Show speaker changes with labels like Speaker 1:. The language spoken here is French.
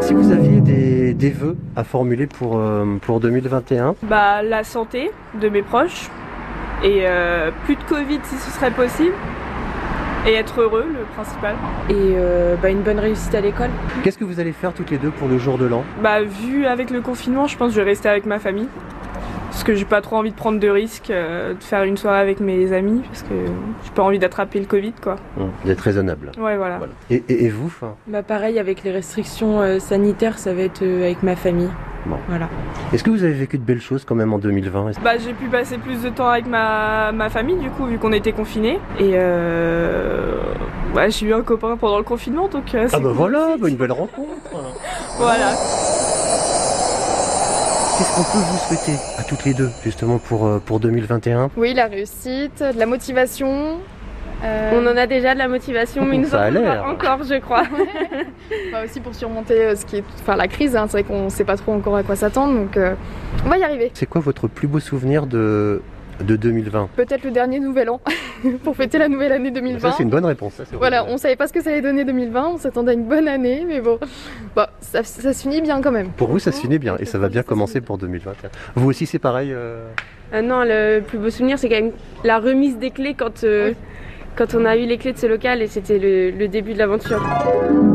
Speaker 1: Si vous aviez des, des vœux à formuler pour, euh, pour 2021,
Speaker 2: Bah, la santé de mes proches et euh, plus de Covid si ce serait possible et être heureux le principal.
Speaker 3: et euh, bah, une bonne réussite à l'école.
Speaker 1: qu'est-ce que vous allez faire toutes les deux pour le jour de l'an
Speaker 2: Bah, vu avec le confinement, je pense que je vais rester avec ma famille parce que j'ai pas trop envie de prendre de risques, euh, de faire une soirée avec mes amis parce que j'ai pas envie d'attraper le Covid quoi.
Speaker 1: Vous êtes Hum, raisonnable.
Speaker 2: Ouais, voilà.
Speaker 1: Voilà. Et, et- et vous hein
Speaker 3: Bah, pareil, avec les restrictions euh, sanitaires, ça va être euh, avec ma famille.
Speaker 1: Bon.
Speaker 3: Voilà.
Speaker 1: Est-ce que vous avez vécu de belles choses quand même en 2020 Est-ce-
Speaker 2: Bah, j'ai pu passer plus de temps avec ma, ma famille, du coup, vu qu'on était confinés. Et euh... ouais, j'ai eu un copain pendant le confinement, donc euh, c'est
Speaker 1: Ah bah
Speaker 2: cool.
Speaker 1: voilà, bah une belle rencontre
Speaker 2: Voilà.
Speaker 1: Qu'est-ce qu'on peut vous souhaiter à toutes les deux justement pour, euh, pour 2021
Speaker 4: Oui, la réussite, de la motivation. euh,
Speaker 5: On en a déjà de la motivation, mais il nous
Speaker 1: Ça a
Speaker 5: en faudra
Speaker 1: l'air.
Speaker 5: encore, je crois.
Speaker 4: bah, aussi pour surmonter euh, ce qui est, enfin, la crise. hein. C'est vrai qu'on ne sait pas trop encore à quoi s'attendre, donc euh, on va y arriver.
Speaker 1: C'est quoi votre plus beau souvenir de, de 2020
Speaker 4: Peut-être le dernier nouvel an pour fêter la nouvelle année 2020.
Speaker 1: Ça c'est une bonne réponse. ça, c'est
Speaker 4: Voilà, on
Speaker 1: original.
Speaker 4: savait pas ce que ça allait donner 2020, on s'attendait à une bonne année, mais bon, bah, ça, ça se finit bien quand même.
Speaker 1: Pour vous ça se finit bien et ça va bien commencer pour 2021. Vous aussi c'est pareil euh,
Speaker 5: Euh, non, le plus beau souvenir, c'est quand même la remise des clés quand, euh, quand on a eu les clés de ce local et c'était le- le début de l'aventure.